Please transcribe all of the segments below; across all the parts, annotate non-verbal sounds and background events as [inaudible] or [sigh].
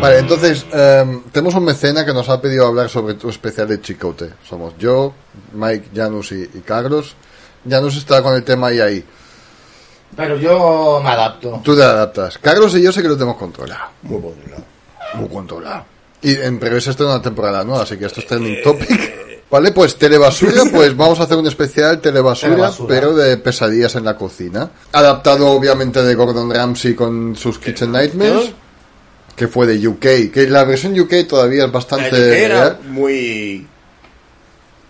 Vale, entonces, eh, tenemos un mecena que nos ha pedido hablar sobre tu especial de Chicote. Somos yo, Mike, Janus y, y Carlos. Janus está con el tema ahí ahí. Pero yo me adapto. Tú te adaptas. Carlos y yo sé que lo tenemos controlado. Muy controlado. Muy controlado. Y en previsto está una temporada nueva, así que esto está en un [laughs] topic. Vale, pues telebasura, pues vamos a hacer un especial telebasura, Telebasura. pero de pesadillas en la cocina. Adaptado obviamente de Gordon Ramsay con sus Kitchen Nightmares, ¿Eh? que fue de UK, que la versión UK todavía es La bastante yuca era real. muy.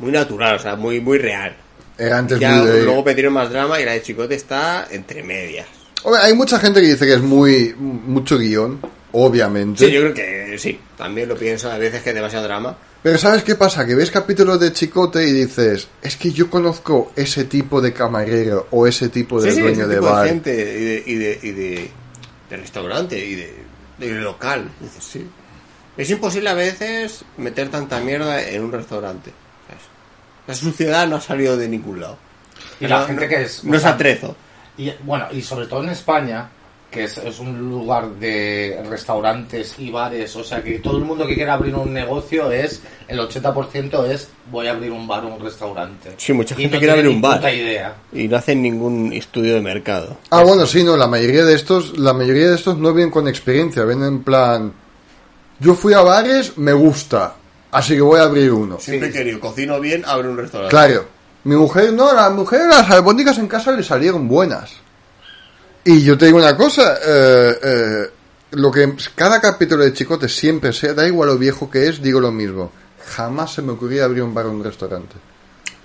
Muy natural, o sea, muy, muy real. Era Eh, antes Ya muy de- luego metieron más drama y la de Chicote está entre medias. Hombre, hay mucha gente que dice que es muy mucho guión, obviamente. Sí, yo creo que sí. También lo pienso a veces que es demasiado drama. Pero ¿sabes qué pasa? Que ves capítulos de Chicote y dices, es que yo conozco ese tipo de camarero o ese tipo de sí, sí, Pues dueño ese de tipo bar. de gente y de, y de, y de, de restaurante y de, de local. Dices, sí. Es imposible a veces meter tanta mierda en un restaurante. ¿sabes? La suciedad no ha salido de ningún lado. Y la No- gente no- que es- No es atrezo. Y bueno, y sobre todo en España, que es, es un lugar de restaurantes y bares, o sea que todo el mundo que quiera abrir un negocio es, el 80% es voy a abrir un bar o un restaurante. Sí, mucha Y gente no quiere tiene abrir ni un bar. puta idea. Y no hacen ningún estudio de mercado. Ah, bueno, sí, no, la mayoría de estos, la mayoría de estos no vienen con experiencia, vienen en plan, yo fui a bares, me gusta, así que voy a abrir uno. Siempre he querido, cocino bien, abro un restaurante. Claro, mi mujer, no, la mujer las albóndigas en casa le salieron buenas. Y yo te digo una cosa, eh, eh, lo que cada capítulo de Chicote siempre sea, da igual lo viejo que es, digo lo mismo. Jamás se me ocurría abrir un bar o un restaurante.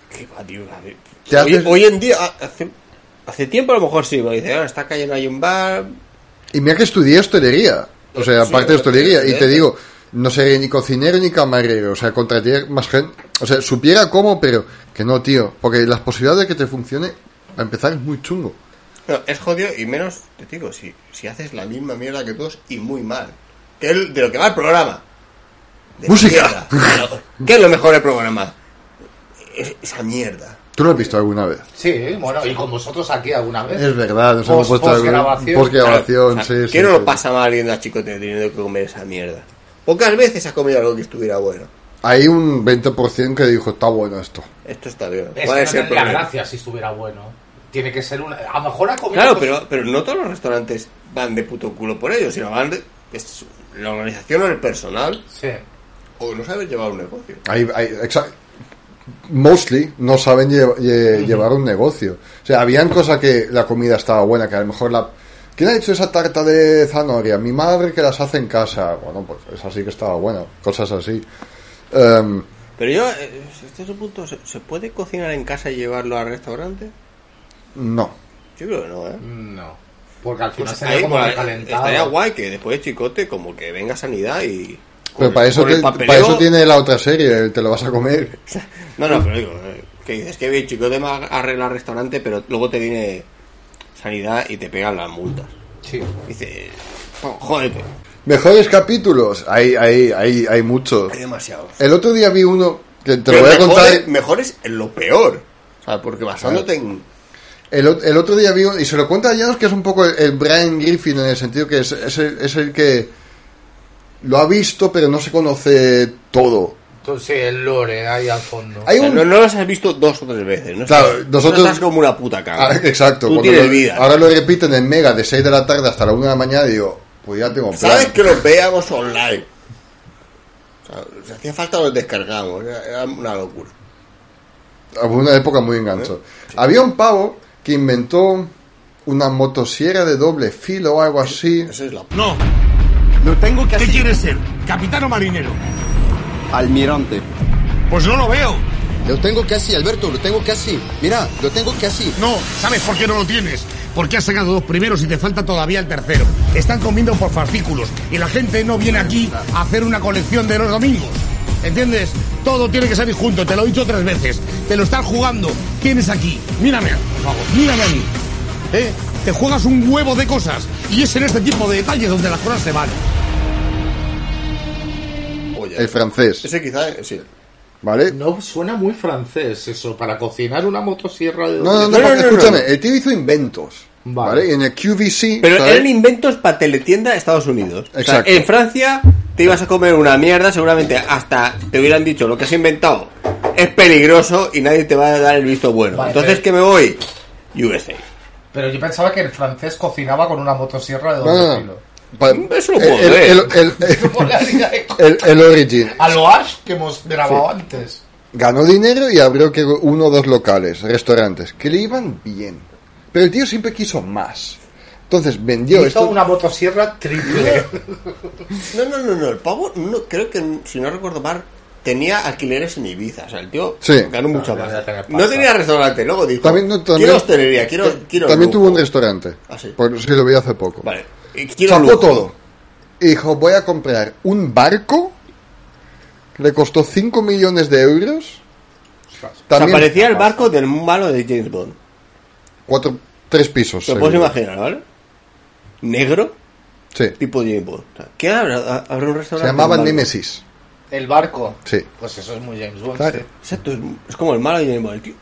Qué va, tío, a ver. Te Hoy, haces- hoy en día, ha- hace, hace tiempo a lo mejor sí, me dice, ahora está cayendo ahí un bar. Y mira que estudié hostelería, o sea, Sí, aparte de hostelería, y te evidente. digo, no seré ni cocinero ni camarero, o sea, contrataría más gente, o sea, supiera cómo, pero que no, tío, porque las posibilidades de que te funcione, para empezar, es muy chungo. No, es jodido y menos, te digo, si, si haces la misma mierda que todos y muy mal. Que es de lo que va el programa. De Música. mierda. ¿Qué es lo mejor del programa? Es- esa mierda. ¿Tú lo has visto alguna vez? Sí, bueno, y con vosotros aquí alguna vez. Es verdad, nos hemos Post- puesto postgrabación. postgrabación, Claro, o sea, sí, sí, ¿Qué no sí. lo pasa mal viendo a chicos teniendo que comer esa mierda? Pocas veces has comido algo que estuviera bueno. Hay un 20% que dijo, está bueno esto. Esto está bien. Es ¿Cuál que es no el tendría problema? gracia si estuviera bueno. Tiene que ser una... A lo mejor ha comido... pues- Claro, cosas- pero, pero no todos los restaurantes van de puto culo por ellos, sino van de. es la organización o el personal Sí. o no saber llevar un negocio. Hay, hay- exa- mostly no saben lle- lle- llevar un negocio. O sea, habían cosas que la comida estaba buena, que a lo mejor la... ¿Quién ha hecho esa tarta de zanahoria? Mi madre que las hace en casa. Bueno, pues esa sí que estaba buena. Cosas así. Em, Pero yo, eh, este es un punto, ¿se, se puede cocinar en casa y llevarlo al restaurante? no. Yo creo que no, ¿eh? mm, No. Porque al final Pues sería ahí, como pues, recalentado. estaría guay que después de Chicote como que venga Sanidad y... Pero con- para eso, con el te- papeleo- para eso tiene la otra serie, el te lo vas a [laughs] comer. No, no, pero digo, eh, que dices que bien, Chicote me arregla el restaurante, pero luego te viene Sanidad y te pegan las multas. Sí. Dice, "Oh, "Jo- jódete, Mejores capítulos. Hay, hay, hay, hay muchos. hay demasiado. El otro día vi uno que te lo Pero voy a mejor contar. es- mejor es en lo peor. O sea, porque basándote en... El, o- el otro día vi un- y se lo cuenta a Janos que es un poco el, el Brian Griffin en el sentido que es, es el, es el que lo ha visto pero no se conoce todo. Entonces el lore ahí al fondo. Hay o sea, un- no, no las has visto dos o tres veces. No Claro, estás, nosotros- no estás como una puta cara. [laughs] Ah, exacto. Tú cuando tienes lo- vida. Ahora lo repiten en Mega de 6 de la tarde hasta la 1 de la mañana y digo, pues ya tengo plan. ¿Sabes que los veíamos online? O sea, si hacía falta los descargamos, era, era una locura. ¿Eh? Hubo una época muy engancho. Había un pavo que inventó una motosierra de doble filo o algo así. Eso es la p- No. Lo tengo que ¿Qué hacer. quieres ser? ¿Capitán o marinero? Almirante. Pues no lo veo. Lo tengo casi, Alberto, lo tengo casi. Mira, lo tengo casi. No, ¿sabes por qué no lo tienes? Porque has sacado dos primeros y te falta todavía el tercero. Están comiendo por fascículos y la gente no viene aquí a hacer una colección de los domingos. ¿Entiendes? Todo tiene que ser disjunto, te lo he dicho tres veces. Te lo están jugando. Tienes aquí. Mírame, por favor, mírame a mí. ¿Eh? Te juegas un huevo de cosas y es en este tipo de detalles donde las cosas se van. Oye, El francés, Ese quizá, eh, sí. ¿vale? No suena muy francés eso, para cocinar una motosierra de No, no, no, No, no, porque no, escúchame, no. el tío hizo inventos. Vale. Vale. Y en el QVC. Pero ¿sabes? eran inventos para teletienda de Estados Unidos. O sea, Exacto. en Francia te ibas a comer una mierda, seguramente hasta te hubieran dicho lo que has inventado es peligroso y nadie te va a dar el visto bueno. Vale, Entonces, pero- ¿qué me voy? USA. Pero yo pensaba que el francés cocinaba con una motosierra No, de doble no, filo. [laughs] no. Pa- Eso lo puedo el, ver. el, el- [laughs] el- Como la liga de- el- el Origin A lo Ash eh. que hemos grabado antes. ganó dinero y abrió que uno o dos locales, restaurantes, que le iban bien. Pero el tío siempre quiso más. Entonces vendió Hizo esto. una motosierra triple. No, no, no, no. El pavo, no, creo que, si no recuerdo mal, tenía alquileres en Ibiza. O sea, el tío Sí. ganó mucha no, pasta. no tenía pasta. No tenía restaurante, luego dijo: También, no- también- Quiero hostelería, quiero. ta- quiero también lujo". tuvo un restaurante. Ah, sí. Por si lo vi hace poco. Vale. Y Quiero Chapó lujo. todo. Y dijo, voy a comprar un barco. Le costó 5 millones de euros. O sea, También parecía el barco del malo de James Bond. cuatro, tres pisos. Lo seguro. puedes imaginar, ¿vale? Negro, Sí. tipo James Bond. O sea, ¿Qué habrá? ¿Habrá un Se restaurante? llamaba del malo? Nemesis. [laughs] El barco. Sí. Pues eso es muy James Bond. Claro. sí. Exacto, es, es como el malo de James Bond. el tío.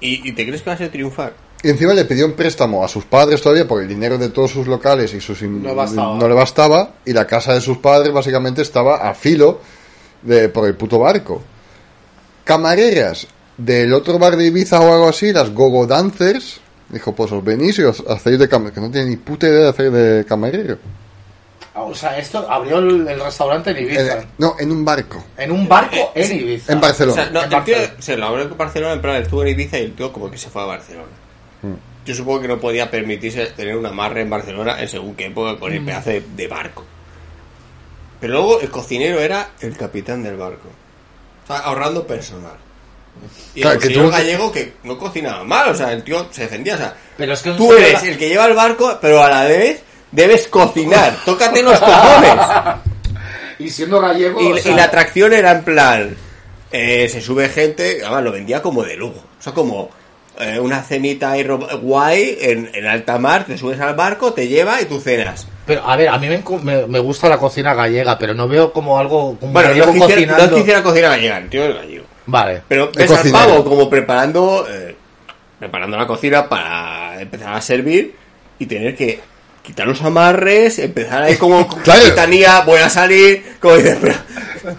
¿Y, y te crees que vas a triunfar? Y encima le pidió un préstamo a sus padres todavía porque el dinero de todos sus locales y sus in- No bastaba. no le bastaba y la casa de sus padres básicamente estaba a filo de, por el puto barco. Camareras del otro bar de Ibiza o algo así, las Gogo Dancers, dijo, pues os venís y os hacéis de camarero, que no tiene ni puta idea de hacer de camarero. Ah, O sea, esto abrió el, el restaurante en Ibiza. En- no, en un barco, En un barco en Eh, Ibiza. en O sea, Barcelona. no, En el tío Barcelona. se lo abrió en Barcelona, en plan, estuvo en Ibiza y el tío como que se fue a Barcelona. Hmm. Yo supongo que no podía permitirse tener un amarre en Barcelona en según qué época con el Hmm. pedazo de, de barco. Pero luego el cocinero era el capitán del barco. O sea, ahorrando personal. Y Claro, el que cocinero tuvo que- gallego que no cocinaba mal, o sea, el tío se defendía, o sea, Pero es que un tú señor- eres el que lleva el barco, pero a la vez [laughs] debes cocinar. Tócate los cojones. Y siendo gallego. Y, o sea, y la atracción era en plan. eh, se sube gente, además lo vendía como de lujo. O sea, como eh, una cenita ahí ro- guay en, en alta mar, te subes al barco, te lleva y tú cenas. Pero a ver, a mí me, encu- me- me gusta la cocina gallega, pero no veo como algo. Como Bueno, gallego no quisiera, cocinando. no quisiera cocinar gallega, el tío es gallego. Vale. Pero De ves al cocinero. pavo como preparando, eh, preparando la cocina para empezar a servir y tener que quitar los amarres, empezar ahí como con Claro. capitanía, voy a salir, como dices, pero,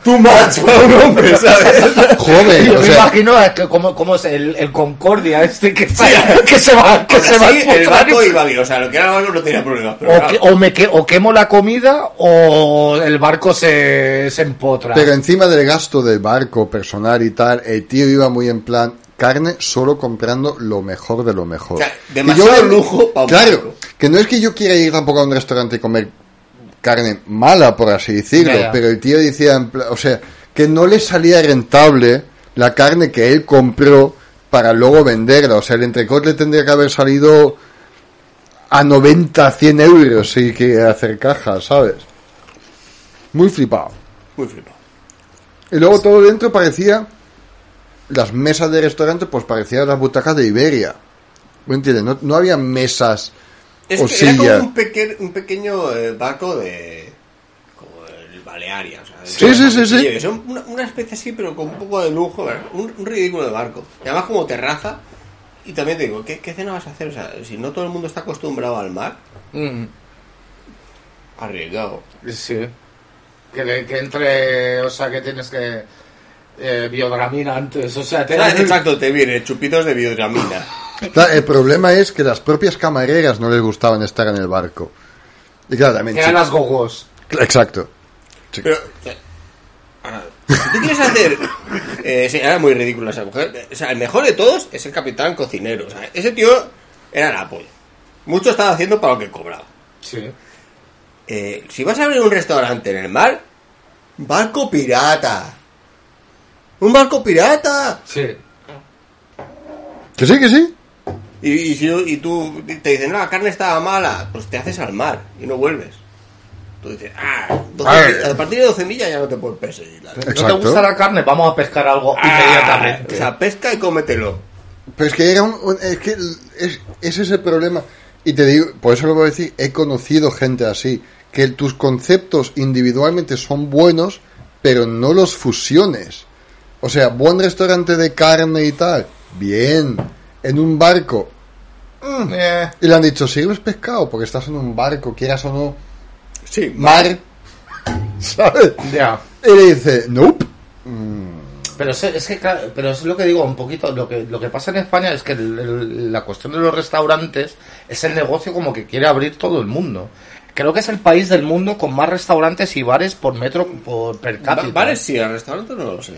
tú macho, un hombre, ¿sabes? Joven, Yo o me sea, imagino a que- cómo, cómo es el, el Concordia este que, se- [laughs] que se va, que Aún se va así, al el puto barco mar. iba bien, o sea, lo que era el barco no tenía problemas. Pero o, claro, que- o me que- o quemo la comida o el barco se, se empotra. pero encima del gasto del barco, personal y tal, el tío iba muy en plan carne solo comprando lo mejor de lo mejor. O sea, Que demasiado yo- lujo pa' un Claro, barco. que no es que yo quiera ir tampoco a un restaurante y comer carne mala, por así decirlo, Ya, ya. pero el tío decía, en pla- o sea, que no le salía rentable la carne que él compró para luego venderla. O sea, el entrecot le tendría que haber salido a 90, 100 euros y que hacer caja, ¿sabes? Muy flipado. muy flipado. Y luego todo dentro parecía. Las mesas de restaurante, pues parecían las butacas de Iberia. ¿Me entiendes? No, no había mesas Es o que era sillas. como un, peque- un pequeño eh, barco de. como el Balearia, o sea, de- Sí, sí, sí, sí. Es una, una especie así, pero con un poco de lujo, ¿verdad? un, un ridículo de barco. Y además, como terraza. Y también te digo, ¿qué, qué cena vas a hacer? O sea, si no todo el mundo está acostumbrado al mar, Mm, arriesgado. sí. Que, le- que entre, o sea, que tienes que. Eh, biodramina antes, o sea, te Ah, dan el- [laughs] Exacto, te viene chupitos de biodramina. Claro, el problema es que las propias camareras no les gustaban estar en el barco. Y claro, también. te dan sí, las gogos. cl- Exacto. Pero, o sea, ahora, si tú quieres hacer. Eh, sí, era muy ridícula esa mujer. O sea, el mejor de todos es el capitán cocinero. O sea, ese tío era la polla. Mucho estaba haciendo para lo que cobraba. Sí. Eh, si vas a abrir un restaurante en el mar, barco pirata. Un barco pirata. Sí. Que sí, que sí. Y, y si, y tú te dicen, no, la carne estaba mala, pues te haces al mar y no vuelves. Tú dices, ah, 12 A ver. millas- a partir de 12 millas ya no te puedes [laughs] perseguir. la- ¿No te gusta Exacto. la carne? Vamos a pescar algo Ah, inmediatamente. o sea, pesca y cómetelo. Pero es que era un, un- es que es, ese es el problema. Y te digo, por eso lo voy a decir, he conocido gente así, que tus conceptos individualmente son buenos, pero no los fusiones. O sea, buen restaurante de carne y tal, bien. En un barco. mm. Eh, Y le han dicho, sirves pescado, porque estás en un barco, quieras o no, [laughs] Sí, mar. ¿Sabes? ya. Y le dice, nope. Pero es, es que claro, pero es lo que digo un poquito lo que lo que pasa en España es que el- el- la cuestión de los restaurantes es el negocio como que quiere abrir todo el mundo. Creo que es el país del mundo con más restaurantes y bares por metro por per cápita. Bares sí, al restaurante no lo sé.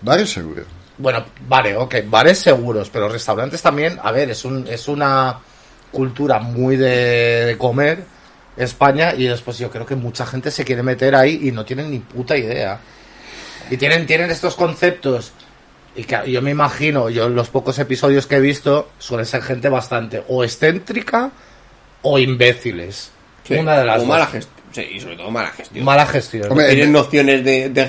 Vale, seguro. Bueno, vale, ok, bares seguros, pero restaurantes también, a ver, es un es una cultura muy de, de comer España y después yo creo que mucha gente se quiere meter ahí y no tienen ni puta idea. Y tienen tienen estos conceptos y que yo me imagino, yo en los pocos episodios que he visto suelen ser gente bastante o excéntrica o imbéciles. Sí, Una de las o dos. mala gestión. Sí, y sobre todo mala gestión. Mala gestión. Hombre, Tienes nociones de, de-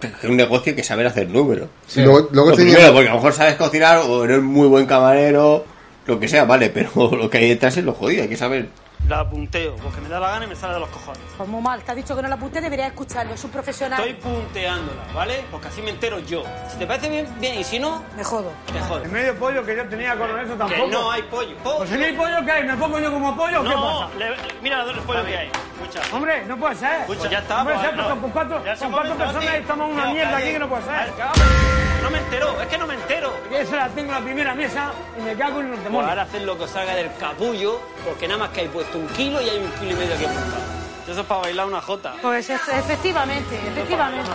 de un negocio hay que saber hacer números. Sí. Luego, luego Lo tenía- primero, porque a lo mejor sabes cocinar o eres muy buen camarero, lo que sea, vale, pero [laughs] lo que hay detrás es lo jodido, hay que saber. La punteo, porque me da la gana y me sale de los cojones. Pues muy mal, te ha dicho que no la apunte, deberías escucharlo, es un profesional. Estoy punteándola, ¿vale? Porque así me entero yo. Si te parece bien, bien, y si no, Me jodo. te jodes. medio pollo que yo tenía con eso Que no hay pollo. Pues si no hay pollo, ¿qué hay? ¿Me pongo yo como pollo o qué No, pasa? le- le- mira los pollos que hay. Mucha. Hombre, no puede ser. Escucha, ya está, No puede pues, ser, pues, no. con cuatro, Ya se con mueve cuatro el personas bote. estamos una No, mierda calle. aquí que no puede ser. Al cabo, No me entero, es que no me entero. Y esa la tengo en la primera mesa y me cago en los Pues demonios. ahora hacer lo que os salga del capullo, porque nada más que hay puesto un kilo y hay un kilo y medio aquí apuntado. Eso es para bailar una jota. Pues es- efectivamente, efectivamente.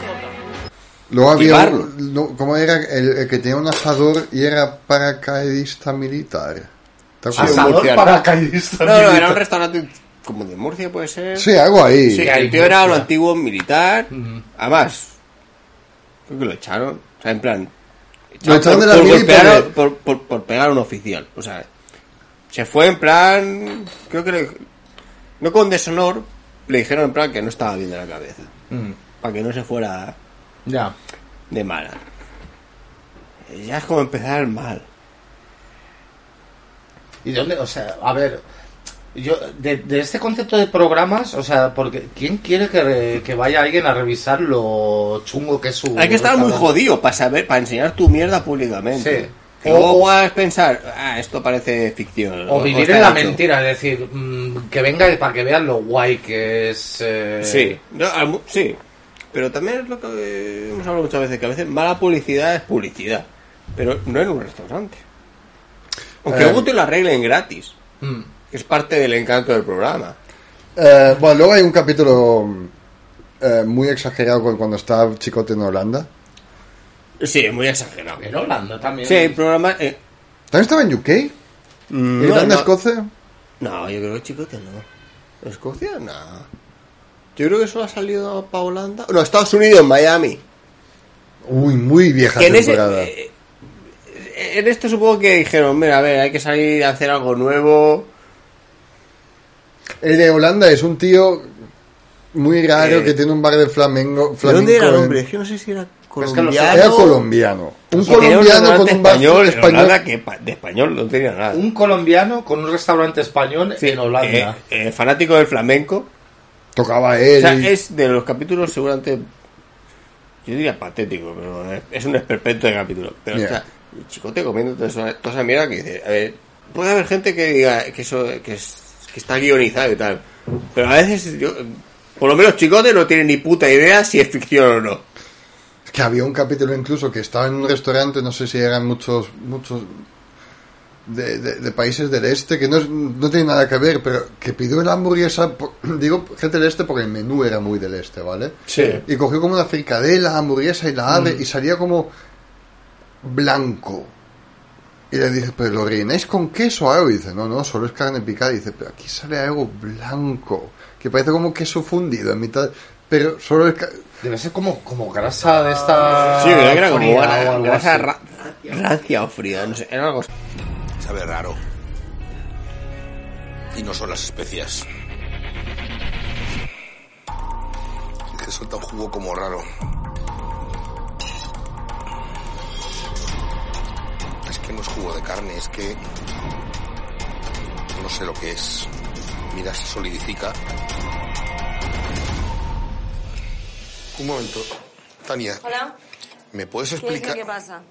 Luego había Esquivar. un, no, ¿cómo era? El, el que tenía un asador y era paracaidista militar. ¿Te acuerdas? Sí, un Asador murciano. paracaidista. No, no, era militar. un restaurante como de Murcia, puede ser. Sí, algo ahí. Sí, el tío era un antiguo militar. Además, creo que lo echaron. O sea, en plan. Lo echaron de la por, por mili, golpear a- pero- por- por- por pegar a un oficial. O sea, se fue en plan. Creo que. le- no con deshonor, le dijeron en plan que no estaba bien de la cabeza. Para que no se fuera Mm, Ya. de mala. Ya es como empezar mal. ¿Y dónde? O sea, a ver, yo, de, de este concepto de programas, o sea, porque ¿quién quiere que, re- que vaya alguien a revisar lo chungo que es su. Hay que estar muy restaurante? jodido para saber, para enseñar tu mierda públicamente. Sí. Que O- luego vas a pensar, ah, esto parece ficción. O vivir está en la hecho. mentira, es decir, mm, que venga y para que vean lo guay que es. eh, Sí, no, al mu- sí. Pero también es lo que eh, hemos hablado muchas veces, que a veces mala publicidad es publicidad. Pero no en un restaurante. Aunque Eh. luego te lo arreglen gratis. mm. Que es parte del encanto del programa. Eh, bueno, luego hay un capítulo eh, muy exagerado con- cuando está Chicote en Holanda. Sí, es muy exagerado. En Holanda también. Sí, hay programas... eh, ¿También estaba en UK? no, ¿Irlanda, no. Escocia? No, yo creo que Chicote no. ¿Escocia? No. Yo creo que solo ha salido para Holanda. No, Estados Unidos, Miami. Uy, muy vieja Que en, ese- temporada. eh, en esto supongo que dijeron, mira, a ver, hay que salir a hacer algo nuevo. El de Holanda es un tío muy raro Eh, que tiene un bar de flamenco. ¿De dónde era el flamenco hombre? en- Es que no sé si era Es que colombiano. los- Era colombiano. Un Porque era colombiano con restaurante un bar español, español. en Holanda que pa- de español no tenía nada. Un colombiano con un restaurante español en Holanda. Eh, eh, fanático del flamenco. Tocaba O él. sea, y- es de los capítulos seguramente. Yo diría patético, pero es- es un esperpento de capítulo. Pero, Mira. o sea, el chicote comiendo toda esa, toda esa mierda que dice. A ver, puede haber gente que diga que eso que, es- que está guionizado y tal. Pero a veces yo. Por lo menos Chicote no tiene ni puta idea si es ficción o no. Es que había un capítulo incluso que estaba en un restaurante, no sé si eran muchos, muchos de, de- de países del este, que no, es- no tiene nada que ver, pero que pidió la hamburguesa, por- [clears throat] digo gente del este porque el menú era muy del este, ¿vale? Sí. Y cogió como una fricadela, hamburguesa y la abre y salía como blanco. Y le dice, pero lo rellenáis con queso o algo. Y dice, no, no, solo es carne picada. Y dice, pero aquí sale algo blanco, que parece como queso fundido en mitad. Pero solo es. ca- Debe ser como, como grasa de esta. Sí, pero era como fría o grasa, algo grasa así. ra- rancia o fría, no sé, era algo así. Sabe raro. Y no son las especias. Es que suelta un jugo como raro. Es que no es jugo de carne, es que... No sé lo que es. Mira, se solidifica. Un momento. Tania, Hola. ¿me puedes ¿Qué es lo explicar... que pasa?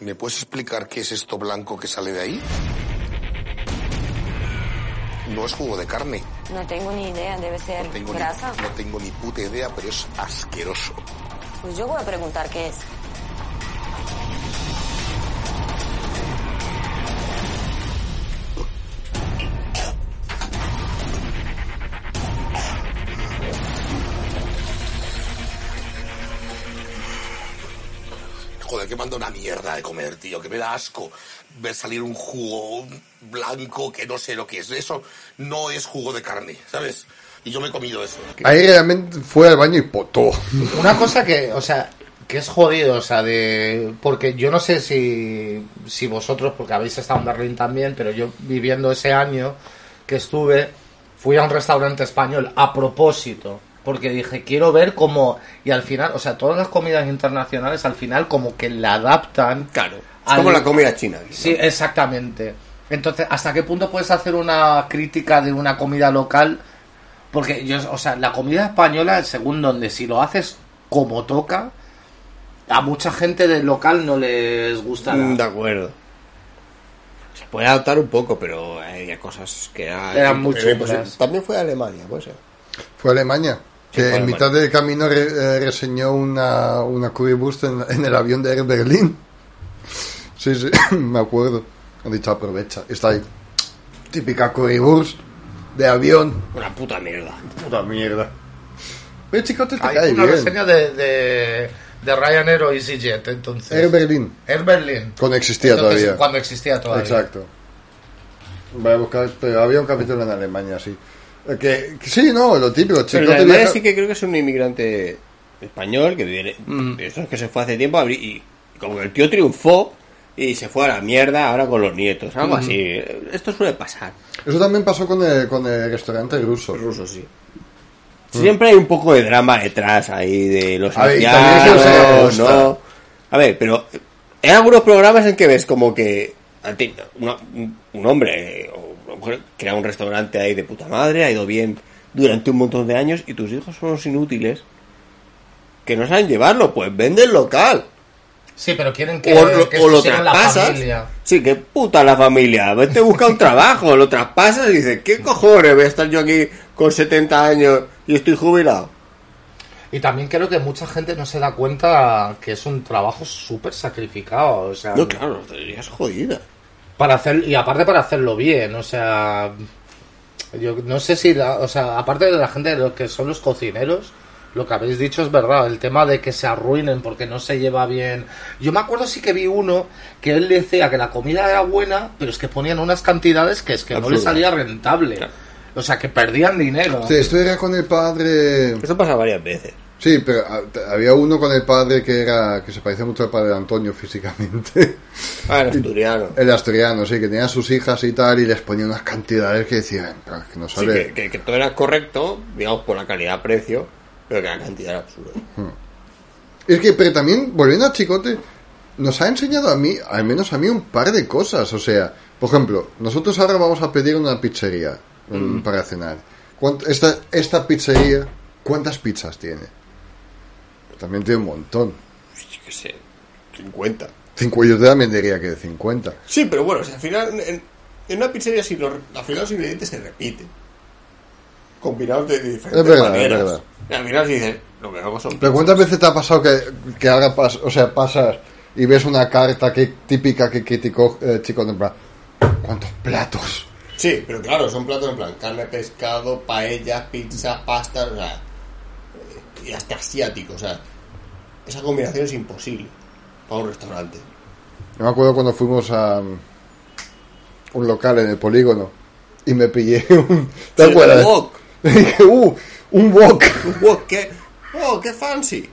¿Me puedes explicar qué es esto blanco que sale de ahí? No es jugo de carne. No tengo ni idea, debe ser No tengo, ni, grasa. no tengo ni puta idea, pero es asqueroso. Pues yo voy a preguntar qué es. Joder, que manda una mierda de comer, tío, que me da asco ver salir un jugo blanco que no sé lo que es. Eso no es jugo de carne, ¿sabes? Y yo me he comido eso. Ahí realmente fue al baño y potó. [laughs] Una cosa que, o sea, que es jodido, o sea, de. Porque yo no sé si, si vosotros, porque habéis estado en Berlín también, pero yo viviendo ese año que estuve, fui a un restaurante español a propósito. Porque dije, quiero ver cómo. Y al final, o sea, todas las comidas internacionales al final como que la adaptan. Claro. Es como la comida china. aquí, ¿no? Sí, exactamente. Entonces, ¿hasta qué punto puedes hacer una crítica de una comida local? Porque yo, o sea, la comida española, según donde si lo haces como toca, a mucha gente del local no les gusta. Mm, De nada. acuerdo. Se puede adaptar un poco, pero había cosas que eran, Eran muy era imposible. chulas. También fue a Alemania, puede ser. Fue a Alemania. Que fue a en Alemania. mitad del camino re- eh, reseñó una, una currywurst en, en el avión de Air Berlin. Sí, sí, [coughs] me acuerdo. Han dicho, aprovecha. Está ahí. Típica currywurst de avión. Una puta mierda. Puta mierda. Pero chico, te, te Hay cae una bien. reseña de, de, de Ryanair o EasyJet, entonces. Air Berlin. Air Berlin. Cuando existía Entonces, todavía. Cuando existía todavía. Exacto. Voy a buscar, pero había un capítulo en Alemania, sí. Eh, Que, que sí, no, lo típico, chico. Pero en te Alemania viaja- sí que creo que es un inmigrante español que viene. Mm. Eso es que se fue hace tiempo a abrir- y como que el tío triunfó y se fue a la mierda ahora con los nietos, algo Mm. así. eh, Esto suele pasar. Eso también pasó con el, con el restaurante ruso. Ruso, sí. Siempre hay un poco de drama detrás ahí de los A ver, y también eso se ancianos, demuestra. ¿no? A ver, pero hay algunos programas en que ves como que ante- una- un un hombre eh, o una mujer crea un restaurante ahí de puta madre, ha ido bien durante un montón de años y tus hijos son unos inútiles que no saben llevarlo, pues vende el local. Sí, pero quieren que, O lo, que o lo sostienen la traspasas. familia. Sí, que puta la familia. Vete a buscar un trabajo, lo traspasas y dices, ¿qué cojones voy a estar yo aquí con 70 años y estoy jubilado? Y también creo que mucha gente no se da cuenta que es un trabajo súper sacrificado. O sea, No, claro, es jodida. Para hacer, y aparte para hacerlo bien, o sea. Yo no sé si, la, o sea, aparte de la gente de los que son los cocineros, lo que habéis dicho es verdad. El tema de que se arruinen porque no se lleva bien. Yo me acuerdo sí que vi uno que él decía que la comida era buena, pero es que ponían unas cantidades que es que no le Absurdas. salía rentable. O sea, que perdían dinero. Sí, esto era con el padre. Eso pasa varias veces. Sí, pero ah, t- había uno con el padre que era que se parecía mucho al padre de Antonio físicamente. [laughs] Ah, el asturiano. El asturiano, sí, que tenía sus hijas y tal, y les ponía unas cantidades que decían, "Pero es que no Sí, sale. que, que- que todo era correcto, digamos, por la calidad-precio, pero que la cantidad era absurda. Es que, pero también, volviendo a Chicote, nos ha enseñado a mí, al menos a mí, un par de cosas. O sea, por ejemplo, nosotros ahora vamos a pedir una pizzería mm, para cenar. ¿Cuánt- Esta, esta pizzería, ¿cuántas pizzas tiene? También tiene un montón. Pues, Yo qué sé, 50. Cinco, yo también diría que 50. Sí, pero bueno, o sea, al final, en, en una pizzería, si los, al final los ingredientes se repiten. Combinados de diferentes Es verdad, maneras. es verdad. Y al final, si dices, lo que hago son Pero ¿cuántas veces te ha pasado que, que ahora pas- o sea, pasas y ves una carta que típica que criticó eh, Chicote? en plan, ¿Cuántos platos? Sí, pero claro, son platos en plan carne, pescado, paellas, pizzas, pastas, o sea, eh, y hasta asiático, o sea, esa combinación es imposible para un restaurante. Yo me acuerdo cuando fuimos a um, un local en el polígono y me pillé [laughs] un. ¿Te Sí, acuerdas? un wok. [laughs] Y dije, uh, un wok. [laughs] [laughs] Un wok, qué. Oh, qué fancy.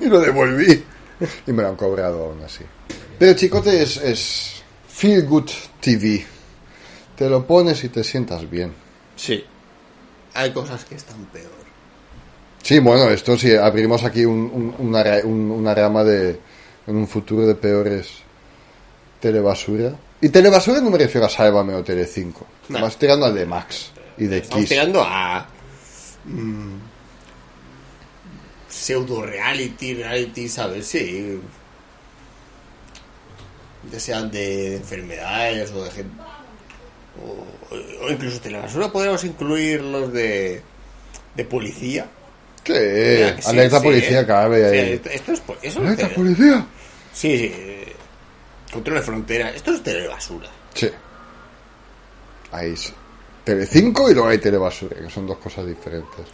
Y lo devolví. Y me lo han cobrado aún así. Pero chicote es, es Feel Good TV. Te lo pones y te sientas bien. Sí. Hay cosas que están peor. Sí, bueno, esto sí, abrimos aquí un- un- una, ra- un- una rama de en un futuro de peores telebasura. Y telebasura no me refiero a Sálvame o Tele5. No. Más tirando al de Max y de Estamos Kiss. llegando a. Mm. pseudo reality, reality, ¿sabes? Sí. Ya sean de enfermedades o de gente. O, o incluso telebasura podríamos incluir los de. de policía. Sí, Mira, sí, alerta sí, policía, eh. cada vez Sí, ahí. esto- esto es po- eso es ¡Alerta tele- policía! Sí, sí. eh, Control de frontera. Esto es telebasura. Sí. Ahí es Tele5 y luego hay Telebasura, que son dos cosas diferentes.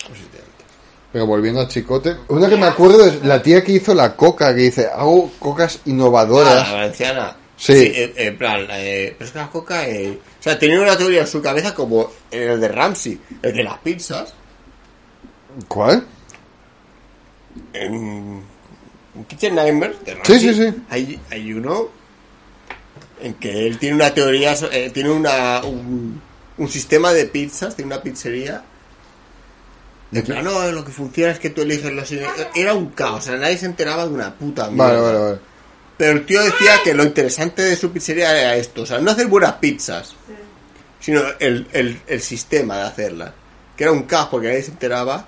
Pero volviendo a Chicote, una que me acuerdo es la tía que hizo la coca, que dice, hago cocas Ah, innovadoras. la valenciana. Sí. en, en plan, eh, pero es que la coca. eh, o sea, tenía una teoría en su cabeza como el de Ramsey, el de las pizzas. ¿Cuál? En, en Kitchen Nightmares de Sí, Ramsey, sí, sí. Hay, hay uno en que él tiene una teoría, so- eh, tiene una, un, un sistema de pizzas, tiene una pizzería. De plan, no, lo que funciona es que tú eliges los. ine-". Era un caos, o sea, nadie se enteraba de una puta mierda. Vale, vale, vale. Pero el tío decía que lo interesante de su pizzería era esto, o sea, no hacer buenas pizzas, sino el, el- el sistema de hacerlas. Que era un caos porque nadie se enteraba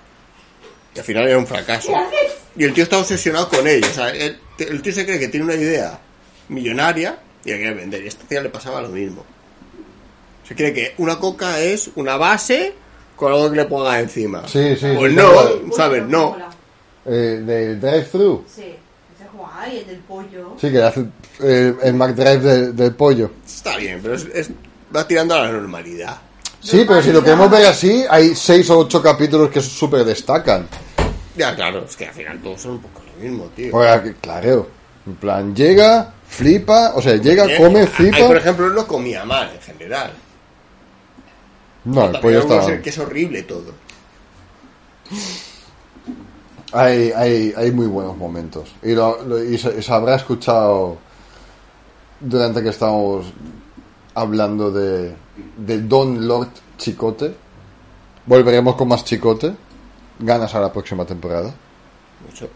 y al final era un fracaso. Y el tío está obsesionado con ello, o sea, el, el tío se cree que tiene una idea millonaria y la quiere vender. Y a este tío le pasaba lo mismo. Se cree que una coca es una base con algo que le pongas encima. Sí, sí, Pues sí, no, claro. ¿sabes? No. Eh, del drive-thru. Sí. Ese es guay, el del pollo. Sí, que hace el, el McDrive del, del pollo. Está bien, pero es- es- va tirando a la normalidad. Sí, pero si lo queremos ver así, hay seis o ocho capítulos que súper destacan. Ya, claro, es que al final todos son un poco lo mismo, tío. Porque, claro, en plan, llega, flipa, o sea, llega, come, Hay, por flipa. ejemplo, él no comía mal en general. No, el También pollo algunos estaba... que es horrible todo. Hay, hay, hay muy buenos momentos. Y, lo, lo- y se, se habrá escuchado durante que estamos hablando de, de Don Lord Chicote. Volveremos con más Chicote. Ganas a la próxima temporada, Mucho.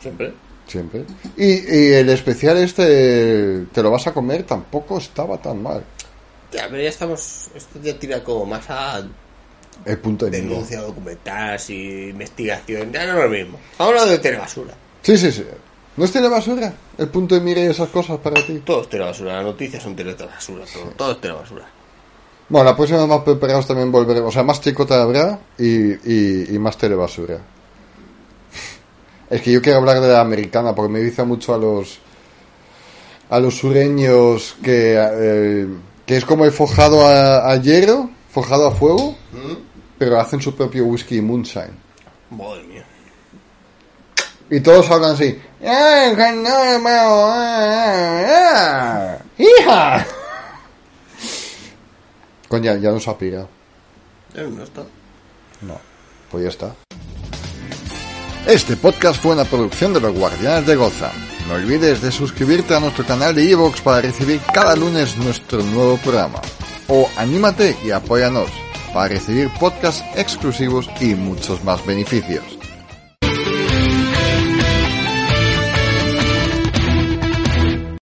Siempre. siempre. Y, y el especial este, te lo vas a comer, tampoco estaba tan mal. Ya, pero ya estamos. Esto ya tira como más a El punto de mira. denuncia, documentales y investigación. Ya no es lo mismo. Ahora de telebasura. Sí, sí, sí. ¿No es telebasura? El punto de mira y esas cosas para ti. Todo es telebasura. Las noticias son telebasura. Todo, todo es telebasura. Bueno, la próxima más preparados también volveremos. O sea, más chicota habrá y, y, y más telebasura. [laughs] Es que yo quiero hablar de la americana porque me dice mucho a los a los sureños que, eh, que es como el forjado a, a hierro, forjado a fuego, pero hacen su propio whisky y moonshine. Madre mía. Y todos hablan así. "Ah, no, hermano, ah, ah, ¡Hija! [laughs] Coño, ya nos ha pirado. Ya no está. No. Pues ya está. Este podcast fue una producción de los Guardianes de Goza. No olvides de suscribirte a nuestro canal de Evox para recibir cada lunes nuestro nuevo programa. O anímate y apóyanos para recibir podcasts exclusivos y muchos más beneficios.